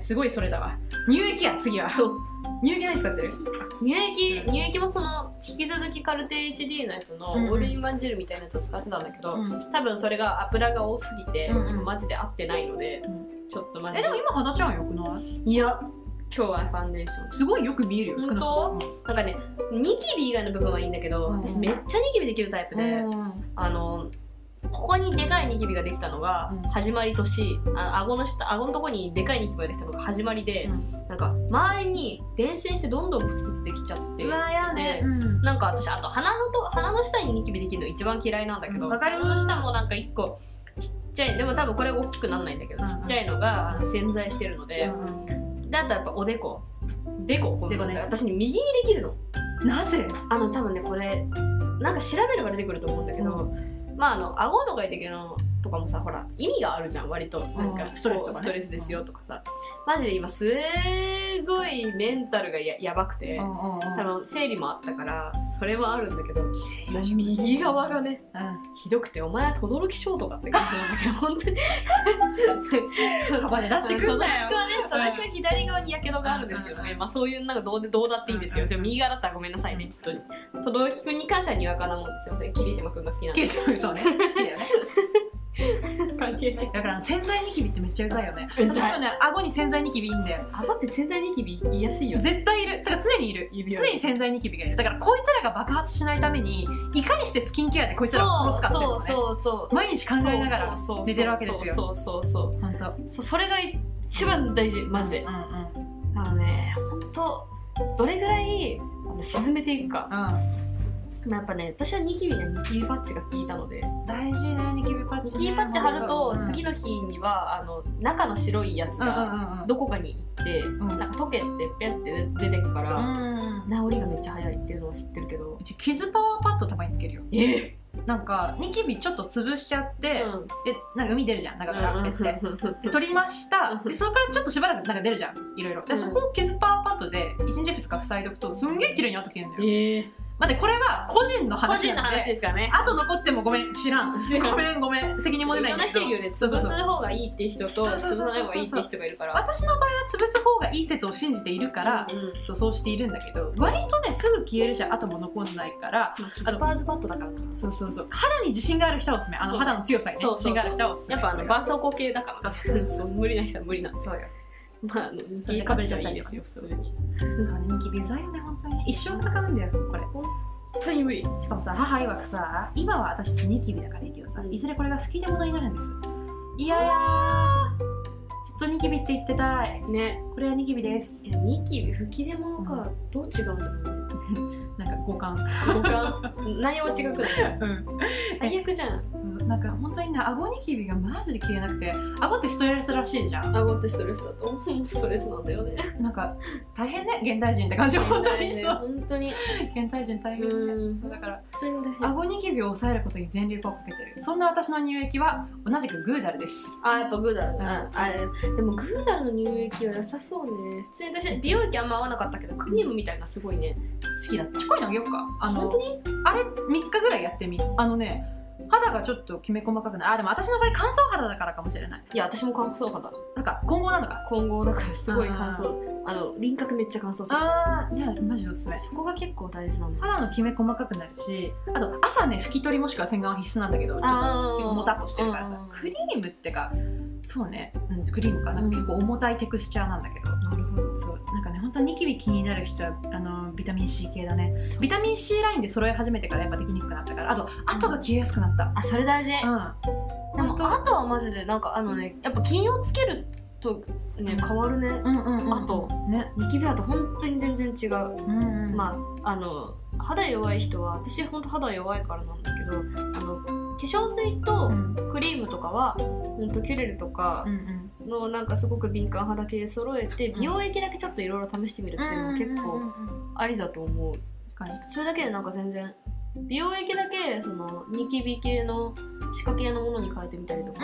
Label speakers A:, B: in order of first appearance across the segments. A: すごいそれだわ乳液や次は
B: そう
A: 乳液何使ってる
B: 乳液
A: うん
B: 乳液もその引き続きカルテ HD のやつのオ
A: うん
B: ールインワンジェルみたいなやつを使ってたんだけど、
A: うん
B: 多分それが油が多すぎて、
A: うんうん
B: 今マジで合ってないので、
A: う
B: ちょっとマジ
A: え
B: で
A: でも今肌ちゃんよくない
B: いや今日はファンデーション
A: すごいよく見えるよ少なくと
B: 本なんかねニキビ以外の部分はいいんだけど、
A: うん
B: 私めっちゃニキビできるタイプで、
A: も
B: あのここにでかいニキビができたのが
A: うん
B: 始まりとし、あ顎の下顎のとこにでかいニキビができたのが始まりで、
A: うん
B: なんか周りに伝染してどんどんプツプツできちゃって
A: うわーやね
B: で
A: うん
B: なんか私あと鼻のと鼻の下にニキビできるの一番嫌いなんだけど、
A: うんわかる
B: 鼻の下もなんか一個ちっちゃいでも多分これ大きくなんないんだけど、
A: うん
B: ちっちゃいのがあの潜在してるので、であとやっぱおでこでこ
A: でこね
B: 私に右にできるの
A: なぜ
B: あの多分ねこれなんか調べれば出てくると思うんだけど、まああの顎とか言のとかもさほら意味があるじゃん割となんか、
A: うんストレスとかね
B: ストレスですよとかさ、マジで今すごいメンタルがややばくて、
A: うんうんうん
B: 多分生理もあったからそれはあるんだけど右側がねひどくてお前は轟翔とかって感じなん だけど本当に
A: うんサバで出してくんなよ
B: トラックはねトラックは左側にやけどがあるんですけど
A: うんうん
B: ね
A: う
B: まあそういうなんかどうでどうだっていいんです
A: うん
B: よ
A: うん
B: じゃあ右側だったらごめんなさいねちょっと轟くんに関してはにわかなもんですよ霧島くんが好きなんで
A: 九州そうね好きだよね
B: 関係ない
A: だから潜在ニキビってめっちゃうざいよね
B: うざい
A: 私もね顎に潜在ニキビいいんだよ
B: 顎って全体ニキビ言いやすいよね
A: 絶対いるだから常にいる
B: いるよね
A: 常に潜在ニキビがいるだからこいつらが爆発しないためにいかにしてスキンケアでこいつらを殺すかっていうの
B: そ
A: をね
B: うそうそう
A: 毎日考えながら
B: そうそうそう
A: 寝てるわけですよ
B: そうそうそう
A: 本当
B: そうそれが一番大事マジで
A: うんうん
B: あのね本当どれぐらいあの沈めていくか
A: う
B: まあやっぱね私はニキビにはニキビパッチが効いたので
A: ん大事ねニキビパッ
B: ニ
A: チ、
B: キ
A: ね、
B: ビパッチ貼ると次
A: の
B: の日にはあの中の白いやつ
A: うんうん
B: がどこかに行って
A: うんうん
B: なんか溶けてペッて出てくから
A: うんうん
B: 治りがめっちゃ早いっていうのは知ってるけど
A: うち傷パワーパッドたまにつけるよ
B: え
A: なんかニキビちょっと潰しちゃって、
B: うん
A: でなんか海出るじゃんだからってって、で取りましたでそれからちょっとしばらくなんか出るじゃんいろいろで
B: うん
A: そこを傷パワーパッドで1日2日塞いどくとすんげえ綺麗にあと消えるんだよ
B: ええ
A: 待ってこれは個人の
B: 個
A: 話
B: 人の
A: なの
B: 話
A: で
B: ですからね
A: あと残ってもごめん知らん
B: 知らん
A: ごめんごめん責任も出
B: い
A: ない
B: ろ
A: ん
B: ん
A: だ
B: な
A: けど
B: 人いるよね
A: そう
B: 潰
A: そう
B: す
A: そう
B: 方がいいって人と
A: そうそう
B: 潰
A: そ
B: さ
A: う
B: な
A: そう
B: い方がいいって人がいるから
A: 私の場合は潰す方がいい説を信じているから、
B: うんうん
A: そうそうしているんだけど割とねすぐ消えるし後も残んないから
B: まあキスパーズパッドだからな
A: そうそうそう肌に自信がある人はおすすめあ
B: そ
A: の
B: うだ
A: 肌の強さにね
B: そう
A: 自
B: そ
A: 信
B: うそう
A: がある人はおすすめ
B: やっぱあの絆創膏系だから
A: そうそうそうそう
B: 無理な人は無理なんですよ
A: そうよ
B: まあ、あの、ニ
A: それ
B: キビ
A: で
B: か
A: かぶ
B: ぶれ
A: れ
B: ち
A: ち
B: ゃ
A: ゃっ
B: っ
A: たたりです
B: りで
A: す
B: よ、
A: よ
B: 普通に。
A: そうねニキビうざいよね本当に一生戦うんだよこれ
B: 本当に無理。
A: しかもさ母曰くさ今は私ニキビだからいいけどさ、
B: うん
A: いずれこれが吹き出物になるんですいやいやーずっとニキビって言ってたい
B: ね。
A: これはニキビです
B: いや、ニキビ、吹き出物か、どう違うんだろう。
A: なんか五感
B: 五感、内容は違く ない。
A: うん
B: 最悪じゃん。
A: そうなんか本当にね顎ニキビがマジで消えなくて顎ってストレスらしいじゃん
B: 顎ってストレスだと思う。ストレスなんだよね。
A: なんか大変ね現代人って感じ本当にそう
B: 本当に。
A: 現代人大変
B: う
A: ね
B: ん
A: そうだから
B: 本当に大変。
A: 顎ニキビを抑えることに全力をかけてるそんな私の乳液は同じくグーダルです
B: あ、やっぱグーダル
A: うん
B: ね。あれ、でもグーダルの乳液は良さそうね。普通に私、美容液あんま合わなかったけど、クリームみたいなすごいね。
A: 好きだったちこいのあげようかあの
B: 本当に
A: あれ3日ぐらいやってみあのね肌がちょっときめ細かくなるあでも私の場合乾燥肌だからかもしれない
B: いや、私も乾燥肌。
A: なんか混合なのか
B: 混合だからすごい乾燥。あの、輪郭めっちゃ乾燥する。
A: あーじゃあマジでおすすめ
B: そこが結構大事なんだよ。
A: 肌のきめ細かくなるしあと朝ね拭き取りもしくは洗顔は必須なんだけどちょっ
B: あ
A: と
B: ー
A: 結構もたっとしてるから
B: う
A: さ
B: んうん
A: クリームってかそうね、うん、クリームかなんか
B: うん
A: 結構重たいテクスチャーなんだけど、
B: なるほど。
A: そうなんかね本当ニキビ気になる人はあのビタミン C 系だね
B: そう
A: ビタミン C ラインで揃え始めてからやっぱできにくくなったからあと後が消えやすくなった
B: あそれ大事、
A: う
B: でも
A: 本当
B: あとはマジでなんかあのねやっぱ金をつけるとね変わるね
A: ん、うんうんうん
B: あと
A: ね
B: ニキビ跡本当に全然違う、
A: うんうん
B: まああの肌弱い人は私本当肌弱いからなんだけどあの化粧水
A: あう
B: と
A: ん
B: クリームとかは、うん、とキュレルとか
A: うん
B: のなんかすごく敏感肌系揃えて
A: うん
B: 美容液だけちょっといろいろ試してみるっていうのも結構ありだと思う
A: 確かに
B: それだけでなんか全然美容液だけそのニキビ系の歯科系のものに変えてみたりとか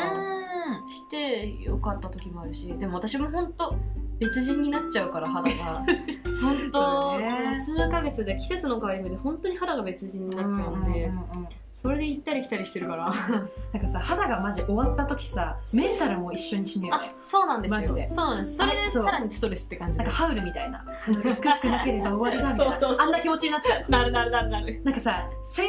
B: してよかった時もあるしでも私もほんと別人になっちゃうから肌 が
A: そう
B: 本当、
A: だね
B: もう数ヶ月で季節の変わり目で本当に肌が別人になっちゃうんで、
A: うんうんうん
B: それで行ったり来たりしてるから
A: なんかさ肌がマジ終わった時さメンタルも一緒に死ぬよ
B: あ
A: ね
B: そうなんですよ
A: マジで
B: そうなんですそれ
A: あ
B: で
A: そう
B: さらにストレスって感じ
A: なんかハウルみたいな美しくなければ終わりだみ たいな
B: そうそうそう
A: あんな気持ちになっちゃう
B: なるなるなるなる、
A: なんかさ洗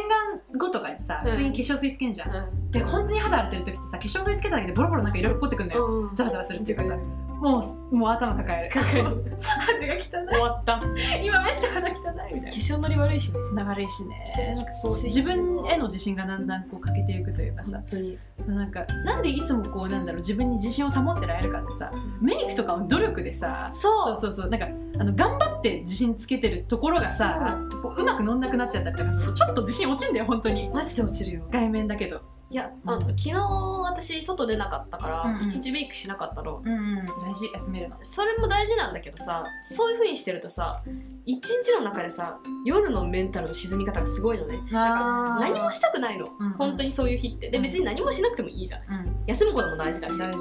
A: 顔後とかにさ
B: うん
A: 普通に化粧水つけんじゃん、で本当に肌荒れてる時ってさ化粧水つけただけでボロボロなんか色が起こってくんだよ、
B: うん
A: ザラザラするっていうかさもうもう頭抱える
B: 抱える
A: 肌が汚
B: 終わ った化
A: い今めっちゃ肌汚いみたいな
B: 粧のり悪いしね
A: つながりいしね
B: なんかそう
A: 自分への自信がだんだんこう欠けていくというかさ
B: 本当に
A: そのなんかなんでいつもこうなんだろう自分に自信を保ってられるかってさメイクとかも努力でさ
B: そ
A: そううそうそうなんかあの頑張って自信つけてるところがさこううまく乗んなくなっちゃったりとかするとちょっと自信落ちんだよ本当に
B: マジで落ちるよ
A: 外面だけど
B: いや、
A: うん
B: あの昨日私外出なかったから
A: うんうん
B: 一日メイクしなかったの、
A: うん、うん、大事休めるの
B: それも大事なんだけどさそういう風にしてるとさ一日の中でさ夜のメンタルの沈み方がすごいのね
A: あ
B: 何もしたくないの、
A: うんうん
B: 本当にそういう日ってで
A: うん
B: 別に何もしなくてもいいじゃない
A: うん
B: 休むことも大事だし
A: 大事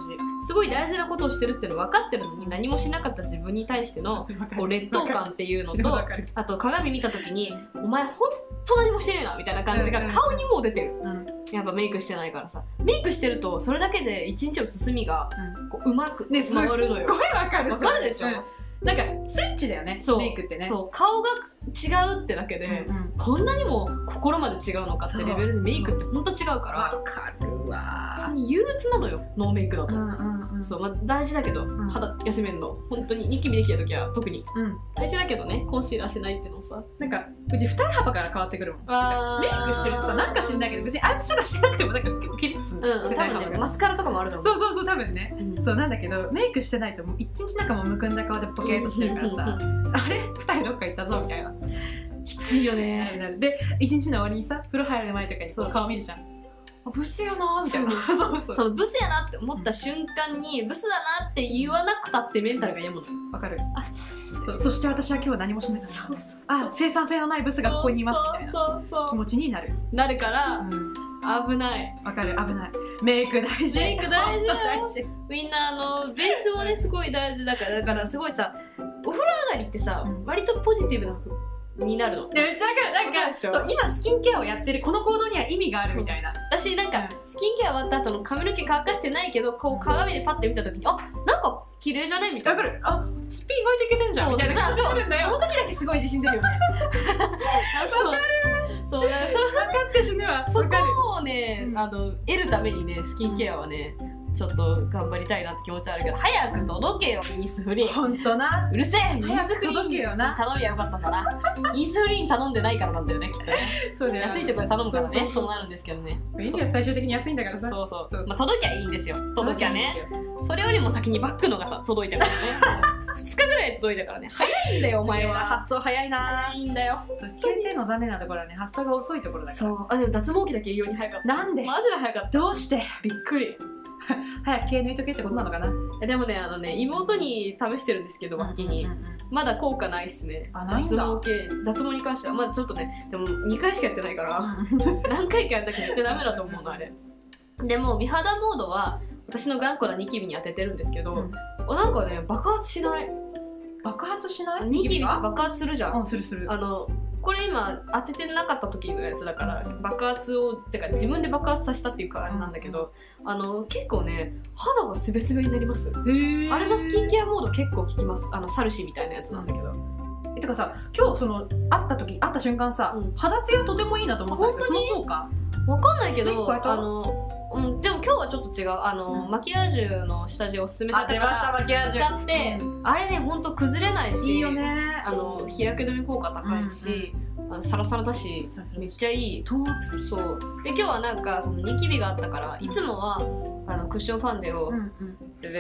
B: すごい大事なことをしてるっていうの分かってるのに何もしなかった自分に対してのこう劣等感っていうのと
A: かる
B: あと鏡見た時に「お前ほんと何もしてねえな」みたいな感じ
A: うん
B: が
A: うん
B: 顔にもう出てる
A: うん
B: やっぱメイクしてないからさメイクしてるとそれだけで一日の進みがこううまく
A: ね
B: 回
A: すっごい
B: るのよ、
A: わかる
B: わかるでしょ、
A: うんなんかスイッチだよね
B: そう
A: メイクってね
B: そう顔が違うってだけで、
A: うんうん
B: こんなにも心まで違うのかってレベルでメイクってほんと違うから
A: わかる
B: 本
A: わ
B: 当に憂鬱なのよノーメイクだと、
A: んうん
B: そうまあ、大事だけど、
A: ん
B: 肌休めるの本当にニキビできた時は特に
A: うん
B: 大事だけどねコンシーラーしないっていうのもさ
A: なんかうち二重幅から変わってくるもん
B: あー
A: メイクしてるとさなんか知んないけど別にアイシャドウしてなくてもなんか結構キリッとする
B: うん多分ねマスカラとかもあると思う
A: そうそうそう多分ね
B: うん
A: そうなんだけどメイクしてないともう一日なんかもうむくんだ顔でポケーっとしてるからさあれ二人どっか行ったぞみたいな
B: きついよね
A: なるで一日の終わりにさ風呂入る前とかにこう
B: そう
A: 顔見るじゃんあブスやなーみたいなそうそう
B: そのブスやなって思った瞬間にブスだなって言わなくたってメンタルが病むの
A: わかる
B: あ
A: そうそして私は今日は何もしなかった
B: そうそう
A: あ生産性のないブスがここにいますみたいな
B: そうそう
A: 気
B: そう
A: 持ちになる
B: なるから
A: うん
B: 危ない
A: わかる危ないメイク大事
B: メイク大事だよ
A: ほんと大事
B: みんなあのベースもねすごい大事だからだからすごいさお風呂上がりってさ、
A: うん
B: 割とポジティブな風になるの
A: でめっちゃわかるなん
B: わかる
A: か
B: でしょ
A: そう今スキンケアをやってるこの行動には意味があるみたいな
B: 私なんかスキンケア終わった後の髪の毛乾かしてないけどこう鏡でパッて見た時にあなんか綺麗じゃねみたい
A: わ
B: な
A: かるあスピン動いていけてんじゃん
B: そう
A: みたいな感じになるんだ
B: そ
A: よ
B: の時だけすごい自信出るよね わかるそうだからその
A: 分かって死ぬわ
B: そ
A: わかる
B: こをね、
A: うん
B: あの得るためにねスキンケアはねちょっと頑張りたいなって気持ちはあるけど早く届けよミスフリ ー
A: 本当な
B: うるせえミ
A: 早
B: ス
A: く
B: フリー
A: 届けよ
B: 頼
A: な
B: みゃよかったんだなミスフリーに頼んでないからなんだよねきっとね
A: そうだよ
B: 安いところで頼むから
A: そう
B: ね
A: そう
B: そうなるんですけどね
A: いいんだよ最終的に安いんだからさ
B: そうそう
A: そう
B: まあ、届きゃいいんですよ届きゃねそれよりも先にバックのがた届いた からね2日ぐらいで届いたからね早いんだよお
A: お
B: 前
A: 前は
B: は
A: 発想早いな
B: 早いんだよ
A: 検定の残念なところはね発想が遅いところだから
B: うあでも脱毛器だけ異様に早かっ
A: なんで
B: マジで早かった
A: どうして
B: びっくり
A: 早く毛抜いとけってことなのかな
B: えでもねあのね妹に試してるんですけど脇に、
A: うんうんうん
B: まだ効果ないっすね
A: あないん
B: 脱
A: だ
B: 毛系脱毛に関してはまだちょっとねでも2回しかやってないから何回かやったけどやってダメだと思うのあれでも美肌モードは私の頑固なニキビに当ててるんですけど、
A: うん
B: おなんかね爆発しない
A: 爆発しない
B: ニキビが
A: が
B: 爆発するじゃん、
A: うんするする
B: あのこれ今当ててなかった時のやつだから爆発をてか自分で爆発させたっていうかあれなんだけど、あの結構ね肌がすべすべになります
A: へ
B: あれのスキン
A: ケ
B: ケアモード結構効きますあのサルシみたいなやつなんだけど
A: アえてかさ今日その会った時会った瞬間さ、
B: うん
A: 肌ツヤとてもいいなと思ったんだけど
B: 本
A: その効果
B: わかんないけ
A: 結
B: ど
A: 構やった
B: あの、うん、でも今日はちょっと違うあの、
A: うん
B: マキアージュの下地をおすすめされたから
A: マキア
B: 使って、あれねほんと崩れないし
A: いいよね
B: あの日焼け止め効果高いし、あのサラサラだし
A: そうそう
B: めっちゃいい
A: トーンアップするし
B: そうで今日はなんかそのニキビがあったからいつもはあのクッションファンデを、
A: んうん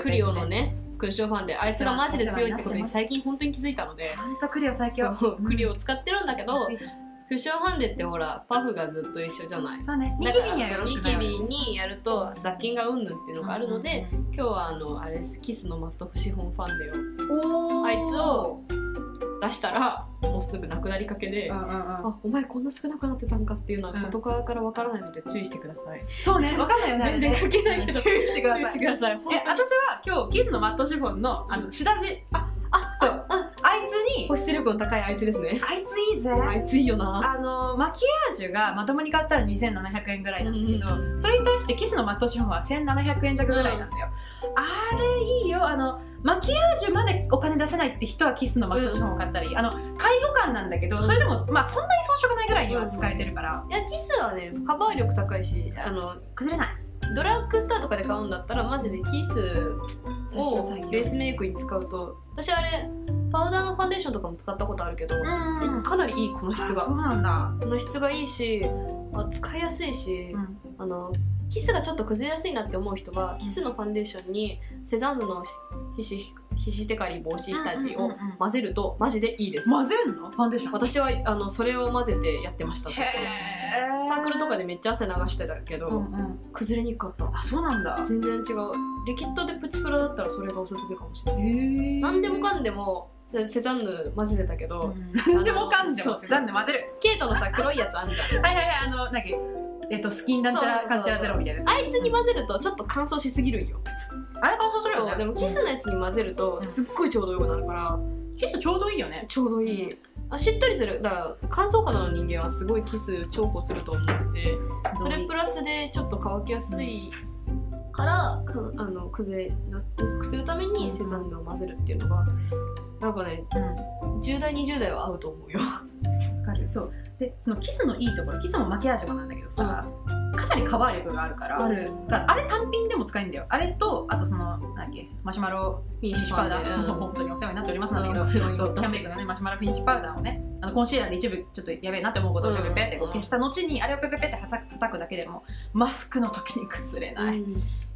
B: クリオのねクッションファンデあいつがマジで強いってことに最近本当に気づいたので
A: ちゃんとクリオ最強
B: そうクリオ
A: う
B: を使ってるんだけど、
A: ん
B: クッションファンデってほらパフがずっと一緒じゃない
A: そうねニキビにはよろしく
B: ニ
A: ない
B: キ
A: わね
B: ビにやると雑菌がうんぬんっていうのがあるので、、
A: うんうん
B: 今日はあのあれですキスのマットフシフォンファンデ
A: う
B: を
A: んおー
B: あいつを出したらもうすぐなくなりかけで、
A: うんうんうん
B: あお前こんな少なくなってたんかっていうのは
A: うん
B: 外側からわからないので注意してください、
A: そうね、わかんないよね。あれね
B: 全然関係ないけど
A: 注意してくださ
B: 注
A: い
B: 意して。ください本
A: え、
B: 当に
A: 私は今日キスのマットシフォンのあの仕出し、
B: あ
A: そう
B: あ
A: あいつに
B: 保湿力の高いあいつですね
A: あいついいぜ。
B: あいついいよな
A: あのマキアージュがまともに買ったら2700円ぐらいなんだけど、
B: うん
A: それに対してキスのマットシフォンは1700円弱ぐらいなんだよ、あれいいよあのマキアージュまでお金出せないって人はキスのマットシフォンを買ったらいい、あの介護官なんだけどそれでも、まあ、そんなに遜色ないぐらいには使えてるから、
B: いやキスはねカバー力高いしあの
A: 崩れない
B: ドラッグストアとかで買うんだったらマジでキス
A: 最強最
B: をベース
A: 強
B: メイクに使うと私あれパウダーのファンデーションとかも使ったことあるけど、
A: うん
B: かなりいいこの質
A: あそ
B: が
A: うなんだ、
B: この質がいいしあ使いやすいし、
A: うん
B: あのキスがちょっと崩れやすいなって思う人はキスのファンデーションにセザンヌの皮脂皮脂テカリ防止下地
A: うんう
B: を
A: んうんうん
B: 混ぜるとマジでいいです、
A: 混ぜんのファンデーション
B: 私はあのそれを混ぜてやってましたずっとサークルとかでめっちゃ汗流してたけど、
A: うんうん
B: 崩れにくかった
A: あそうなんだ
B: 全然違うリキッドでプチプラだったらそれがおすすめかもしれない
A: え
B: 何でも
A: ん
B: かんでもセセザンヌ混ぜてたけど、
A: 何でもかんで
B: あ
A: も
B: のそう
A: 残念混ぜる
B: ケイトのさ黒いやつあんじゃん
A: はいはいはい、あの、なんか、えっと、スキンなんちゃ
B: そうそうそ
A: ら
B: う
A: かんちゃらゼロみたいなやつ。
B: あいつに混ぜるとちょっと乾燥しすぎるんよ
A: あれ乾燥するよ
B: そ
A: ね。
B: うでもキスのやつに混ぜると
A: ん
B: すっごいちょうどよくなるから
A: キスちょうどいいよね。
B: ちょうどいい、あしっとりするだから乾燥肌の人間はすごいキス重宝すると思うんでそれプラスでちょっと乾きやすいからかあの崩れなくするためにセザンヌを混ぜるっていうのがなんかね
A: うん、
B: 10代20代は合うと思うよ
A: わかる。そう。で、そのキスのいいところ、キスもマキアージュもなんだけどさ、かなりカバー力があるから、
B: ある
A: だからあれ単品でも使えるんだよ。あれと、あとその、なんだっけ、マシュマロ
B: フィ
A: フィニッシュパウダー、も う本当にお世話になっておりますなんだけど、
B: すごい
A: そうキャンベイクのね、マシュマロフィニッシュパウダーをね、あのコンシーラーで一部ちょっとやべえなって思うことをペペペってこう消した後に、あれをペペペってはた叩くだけでも、マスクの時に崩れない。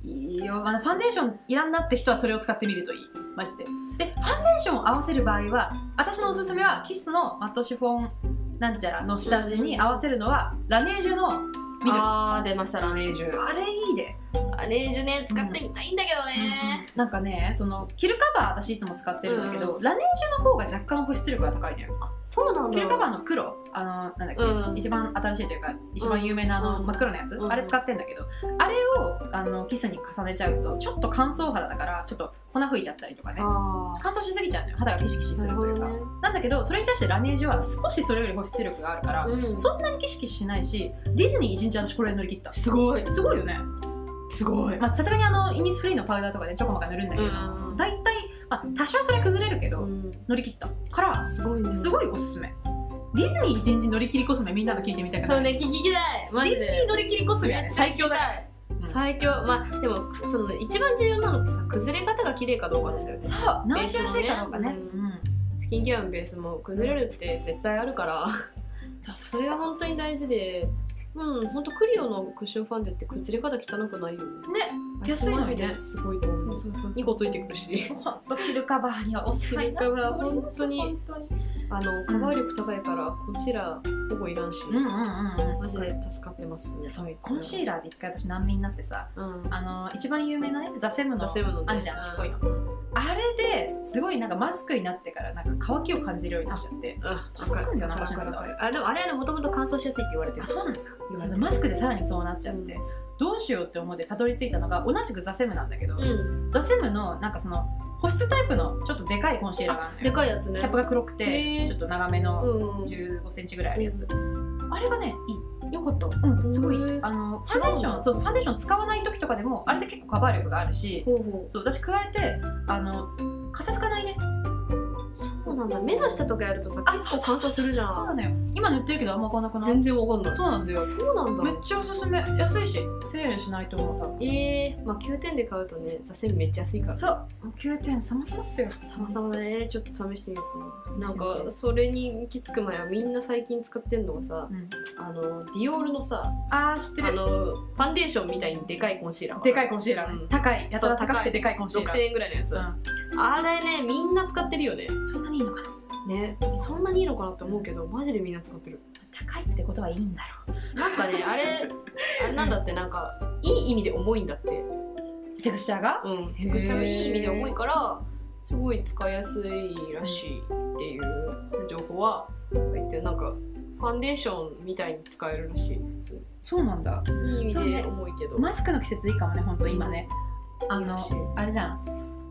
A: いいよ、あのファンデーションいらんなって人はそれを使ってみるといいマジででファンデーションを合わせる場合は私のおすすめはキスのマットシフォンなんちゃらの下地に合わせるのはラネージュのミルあ
B: あー出ましたラネージュ
A: れいいで、
B: ラネージュね使ってみたいんだけどね、
A: なんかねそのキルカバー私いつも使ってるんだけど、ラネージュの方が若干保湿力が高いのよ
B: あそうなんだ
A: キルカバーの黒あのなんだっけ、
B: うん
A: 一番新しいというか一番有名なあの
B: うん
A: 真っ黒のやつ、
B: うん
A: あれ使ってんだけどあれをあのキスに重ねちゃうとちょっと乾燥肌だからちょっと粉吹いちゃったりとかね
B: あ
A: 乾燥しすぎちゃうのよ肌がキシキシ
B: ー
A: するというか
B: な
A: な,、
B: るほ
A: んだけどそれに対してラネージュは少しそれより保湿力があるから、
B: どねうん
A: そんなにキシキシしないしディズニー一日私これで乗り切った
B: すごい
A: すごいよね
B: すごい
A: まあさすがにあのイニスフリーのパウダーとかでちょこまか塗るんだけど、
B: うん
A: 大体、まあ、多少それ崩れるけど、
B: うん
A: 乗り切ったから
B: すごいね
A: すごいおすすめディズニー一日乗り切りコスメみんなの聞いてみたいか
B: そ
A: ら
B: うね聞きたいマジ
A: ディズニー
B: で
A: 乗り切りコスメはね最強だから
B: 聞きたい最強まあでもその一番重要なのってさ崩れ方が綺麗かどうかなんだよね
A: そう直しやすいかどうかね
B: ベースのスキンケアのベースも崩れるって絶対あるから
A: うんそうそ
B: そうれ
A: そ
B: が
A: うそう
B: 本当に大事でうん本当クリオのクッションファンデって崩れ方汚くないよ
A: ね
B: ね
A: 安いのにね
B: マジですごいと思う
A: そうそうそう
B: 2個ついてくるし
A: 本当キルカバーにはお世話になっております
B: キルカバー本当に
A: 本当に
B: あのカバー力高いからコンシーラーほぼいらんし、
A: うんうんうんうん
B: マジで助かってます
A: そうコンシ
B: ー
A: ーラーで一回私難民になってさ
B: ラーうん
A: あの一番有名なねザ・セムの
B: ザセブンのね
A: あんじゃんちっこいの
B: うん
A: あれですごいなんかマスクになってからなんか乾きを感じるようになっちゃってパサつくんだよなパ
B: わかる
A: サつくんだよ
B: わかるあでもあれはもともと乾燥しやすいって言われてる
A: あそうなんだ
B: 言わ
A: そう
B: れて
A: そう
B: る
A: マスクでさらにそうなっちゃって、
B: う
A: どうしようって思ってたどり着いたのが同じくザ・セムなんだけど、
B: うん
A: ザ・セムのなんかその保湿タイプのちょっとでかいコンシーラーがあるの
B: で
A: よ
B: かいやつ
A: キ
B: ね
A: ャップが黒く
B: へ
A: て
B: ー
A: ちょっと長めの
B: うん
A: 1 5ンチぐらいあるやつ、あれがねいい
B: よかった
A: うん、すごい
B: へー
A: あのフ
B: 違う
A: ァ
B: ん
A: ンデー
B: だ
A: ションそうファンデーション使わない時とかでもあれって結構カバー力があるし
B: ほうほう
A: そう私加えてあのかさつかないね
B: そうなんだ目の下とかやるとさ結構乾燥するじゃ
A: そうんなのよ今塗ってるけどあんまこんなくない
B: 全然わかんない
A: そうなんだよ
B: そうなんだ
A: めっちゃおすすめ安いし1000円しないと思う多分
B: えー、まあ9点で買うとね座席めっちゃ安いから
A: そう9点さまさまっすよ
B: さまさまだねちょっと試してみようかななん
A: 試してみ
B: か
A: て
B: それに行き着く前はみんな最近使ってんのがさ
A: うん、
B: あのディオールのさ
A: あー知って
B: あ
A: る
B: のファンデーションみたいにでかいコンシーラー
A: でかいコンシーラー、
B: うん
A: 高いやたら
B: そう
A: 高くてでかいコンシーラ
B: 6000円ぐらいのやつ、
A: ー、
B: あれねみんな使ってるよね
A: うん、そんなにいいのかな
B: ねそんなにいいのかなって思うけどマジでみんな使ってる
A: 高いってことはいいんだろ
B: なんかねあれあれなんだってなんかいい意味で重いんだって
A: うテクスチャーが
B: うん
A: へー
B: テクスチャーがいい意味で重いからすごい使いやすいらしいっていう情報は言ってるなんかファンデーションみたいに使えるらしい普通
A: そうなんだ
B: いい意
A: そう
B: 味
A: ね
B: で重いけど、
A: マスクの季節いいかもね本当今ね、あ
B: いいらしい
A: のあれじゃん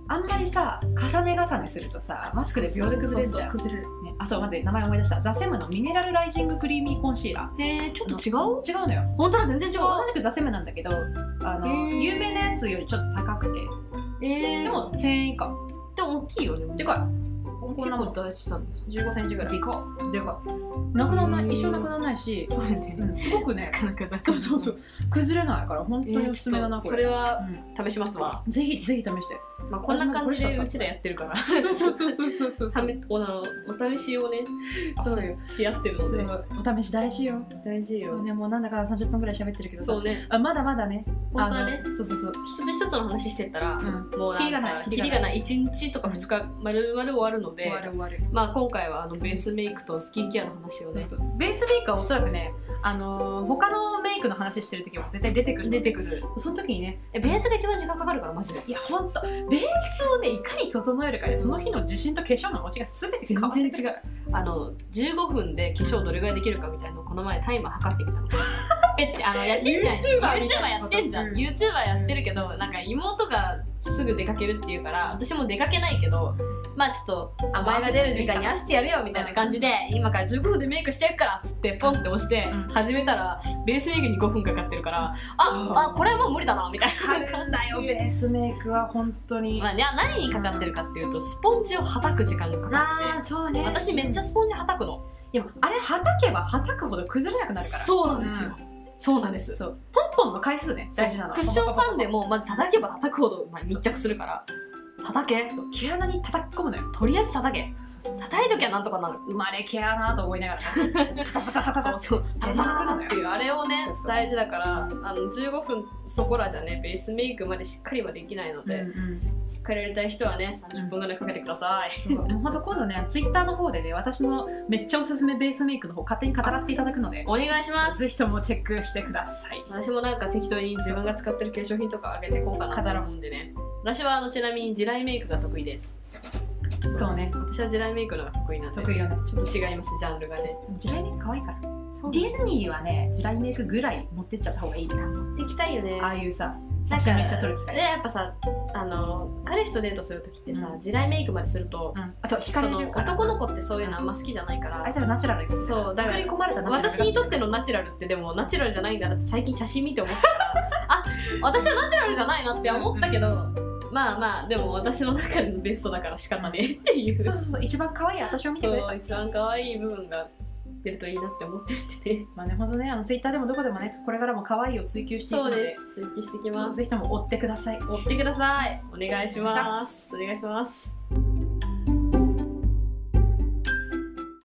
A: あんまりさ重ね重ねするとさマスクで秒で崩れるじゃん
B: そうそうそう崩れる
A: ね、あそう待って名前思い出したザ・セムのミネラルライジングクリーミーコンシーラー
B: へえちょっと違う
A: 違うのよ
B: 本当だ全然違う
A: 同じくザ・セムなんだけどあの
B: へー
A: 有名なやつよりちょっと高くて
B: えー、
A: でも1000円以下
B: でも大きいよね
A: でかいこ
B: こ
A: ん
B: ん
A: な
B: な
A: も
B: も
A: ん
B: ん大事なんです
A: 15センチぐらいでかでかいなくならない
B: うん
A: 一生なくならないし、
B: そうね
A: うん、すごくね
B: なかなかだ
A: そうそうそう崩れないから本当におすすめだな、こ
B: そ
A: れ
B: れは
A: う
B: 試しますわ、
A: ん、ぜひぜひ試して
B: まあ、こんな感じ
A: 私
B: で
A: もこれしか使ってないう
B: ちらやってるから
A: そうそうそう そうそう
B: ためおのお試しをね
A: そうよ
B: し合ってるので
A: お試し大事よ
B: 大事
A: そうねもうなんだか30分ぐらい喋ってるけどさ
B: そうね
A: あまだまだね
B: 本当はね
A: あのそうそうそう
B: 一つ一つの話してったら、
A: うん
B: もう
A: キリが
B: ん
A: ない
B: かキリがない1日とか2日まるまる終わるので、
A: 終わる
B: まあ、今回はあのベースメイクとスキンケアの話を
A: そう
B: ね
A: そうベースメイクはおそらくねあのー他のメイクの話してる時も絶対出てくる
B: 出てくる
A: その時にね
B: えベースが一番時間かかるからマジで
A: いやほんとベースをねいかに整えるかでその日の自信と化粧の持ちが全て変わって
B: 全然違うあの15分で化粧どれぐらいできるかみたいなのをこの前タイマー測ってみ たのペッてあのやってんじゃん
A: YouTuber みたい
B: YouTuber
A: な
B: や
A: こ
B: っ
A: と
B: てんじゃん、
A: うん
B: YouTuber やってるけどなんか妹がすぐ出かけるっていうから私も出かけないけどまあちょっと甘えが出る時間に合わせてやるよみたいな感じで今から15分でメイクしてやるからっつってポンって押して
A: うん
B: 始めたらベースメイクに5分かかってるから
A: うん
B: ああこれはもう無理だなみたい
A: あ
B: な
A: る
B: 感
A: んだよ
B: じで
A: ベースメイクは本当に、
B: まあね何にかかってるかっていうとスポンジをはたく時間がかかって
A: あーそうね
B: 私めっちゃスポンジはたくの
A: いやあれはたけばはたくほど崩れなくなるから
B: そうなんですよ、そうなんです
A: そうポンポンの回数ね大事なの
B: クッションファンでもまず叩けば叩くほど、まあ、密着するから叩け
A: そう毛穴に叩き込むのよ
B: とりあえず叩け叩いときゃなんとかなる
A: 生まれ毛穴と思い ながらタタタタタ
B: そう
A: タ
B: そう叩くっていうあれをね
A: そうそう
B: 大事だからあの15分そこらじゃねベースメイクまでしっかりはできないので、しっかりやりたい人はね30分ぐらいかけてくださ
A: そ
B: い、
A: うもうほんと今度ねツイッターの方でね私のめっちゃおすすめベースメイクの方勝手に語らせていただくので
B: お願いします
A: ぜひともチェックしてください
B: 私もなんか適当に自分が使ってる化粧品とかあげてこうかなと思うんでね私はあのちなみに地雷メイクが得意です
A: そうね
B: 私は地雷メイクの方が得意なんで
A: 得意よね
B: ちょっと違いますジャンルがね
A: でも地雷メイク可愛いから
B: そう
A: ディズニーはね地雷メイクぐらい持ってっちゃった方がいいね
B: 持ってきたいよね
A: ああいうさ写真めっちゃ撮る機
B: で
A: 会
B: やっぱさあの彼氏とデートする時ってさ、
A: うん
B: 地雷メイクまですると、
A: うんあそう惹
B: そ
A: かれ
B: の
A: るから
B: 男の子ってそういうのあんま好きじゃないから、
A: あいつらナチュラルですよね
B: そうだから
A: 作り込まれたナチュラル
B: 私にとってのナチュラルってでもナチュラルじゃないんだなって最近写真見て思ったからあ私はナチュラルじゃないなって思ったけど、まあまあでも私の中のベストだから仕方ねえっていう
A: そうそうそう一番可愛い私を見てくれ
B: そ
A: た
B: う一番可愛い部分が出るといいなって思ってるんでね
A: まあね、ほんとね、あのツイッターでもどこでもね、これからも可愛いを追求していく
B: そ
A: の
B: う
A: で、
B: です追記してきます
A: ぜひとも追ってください。
B: 追ってくださいお願いしますお願いします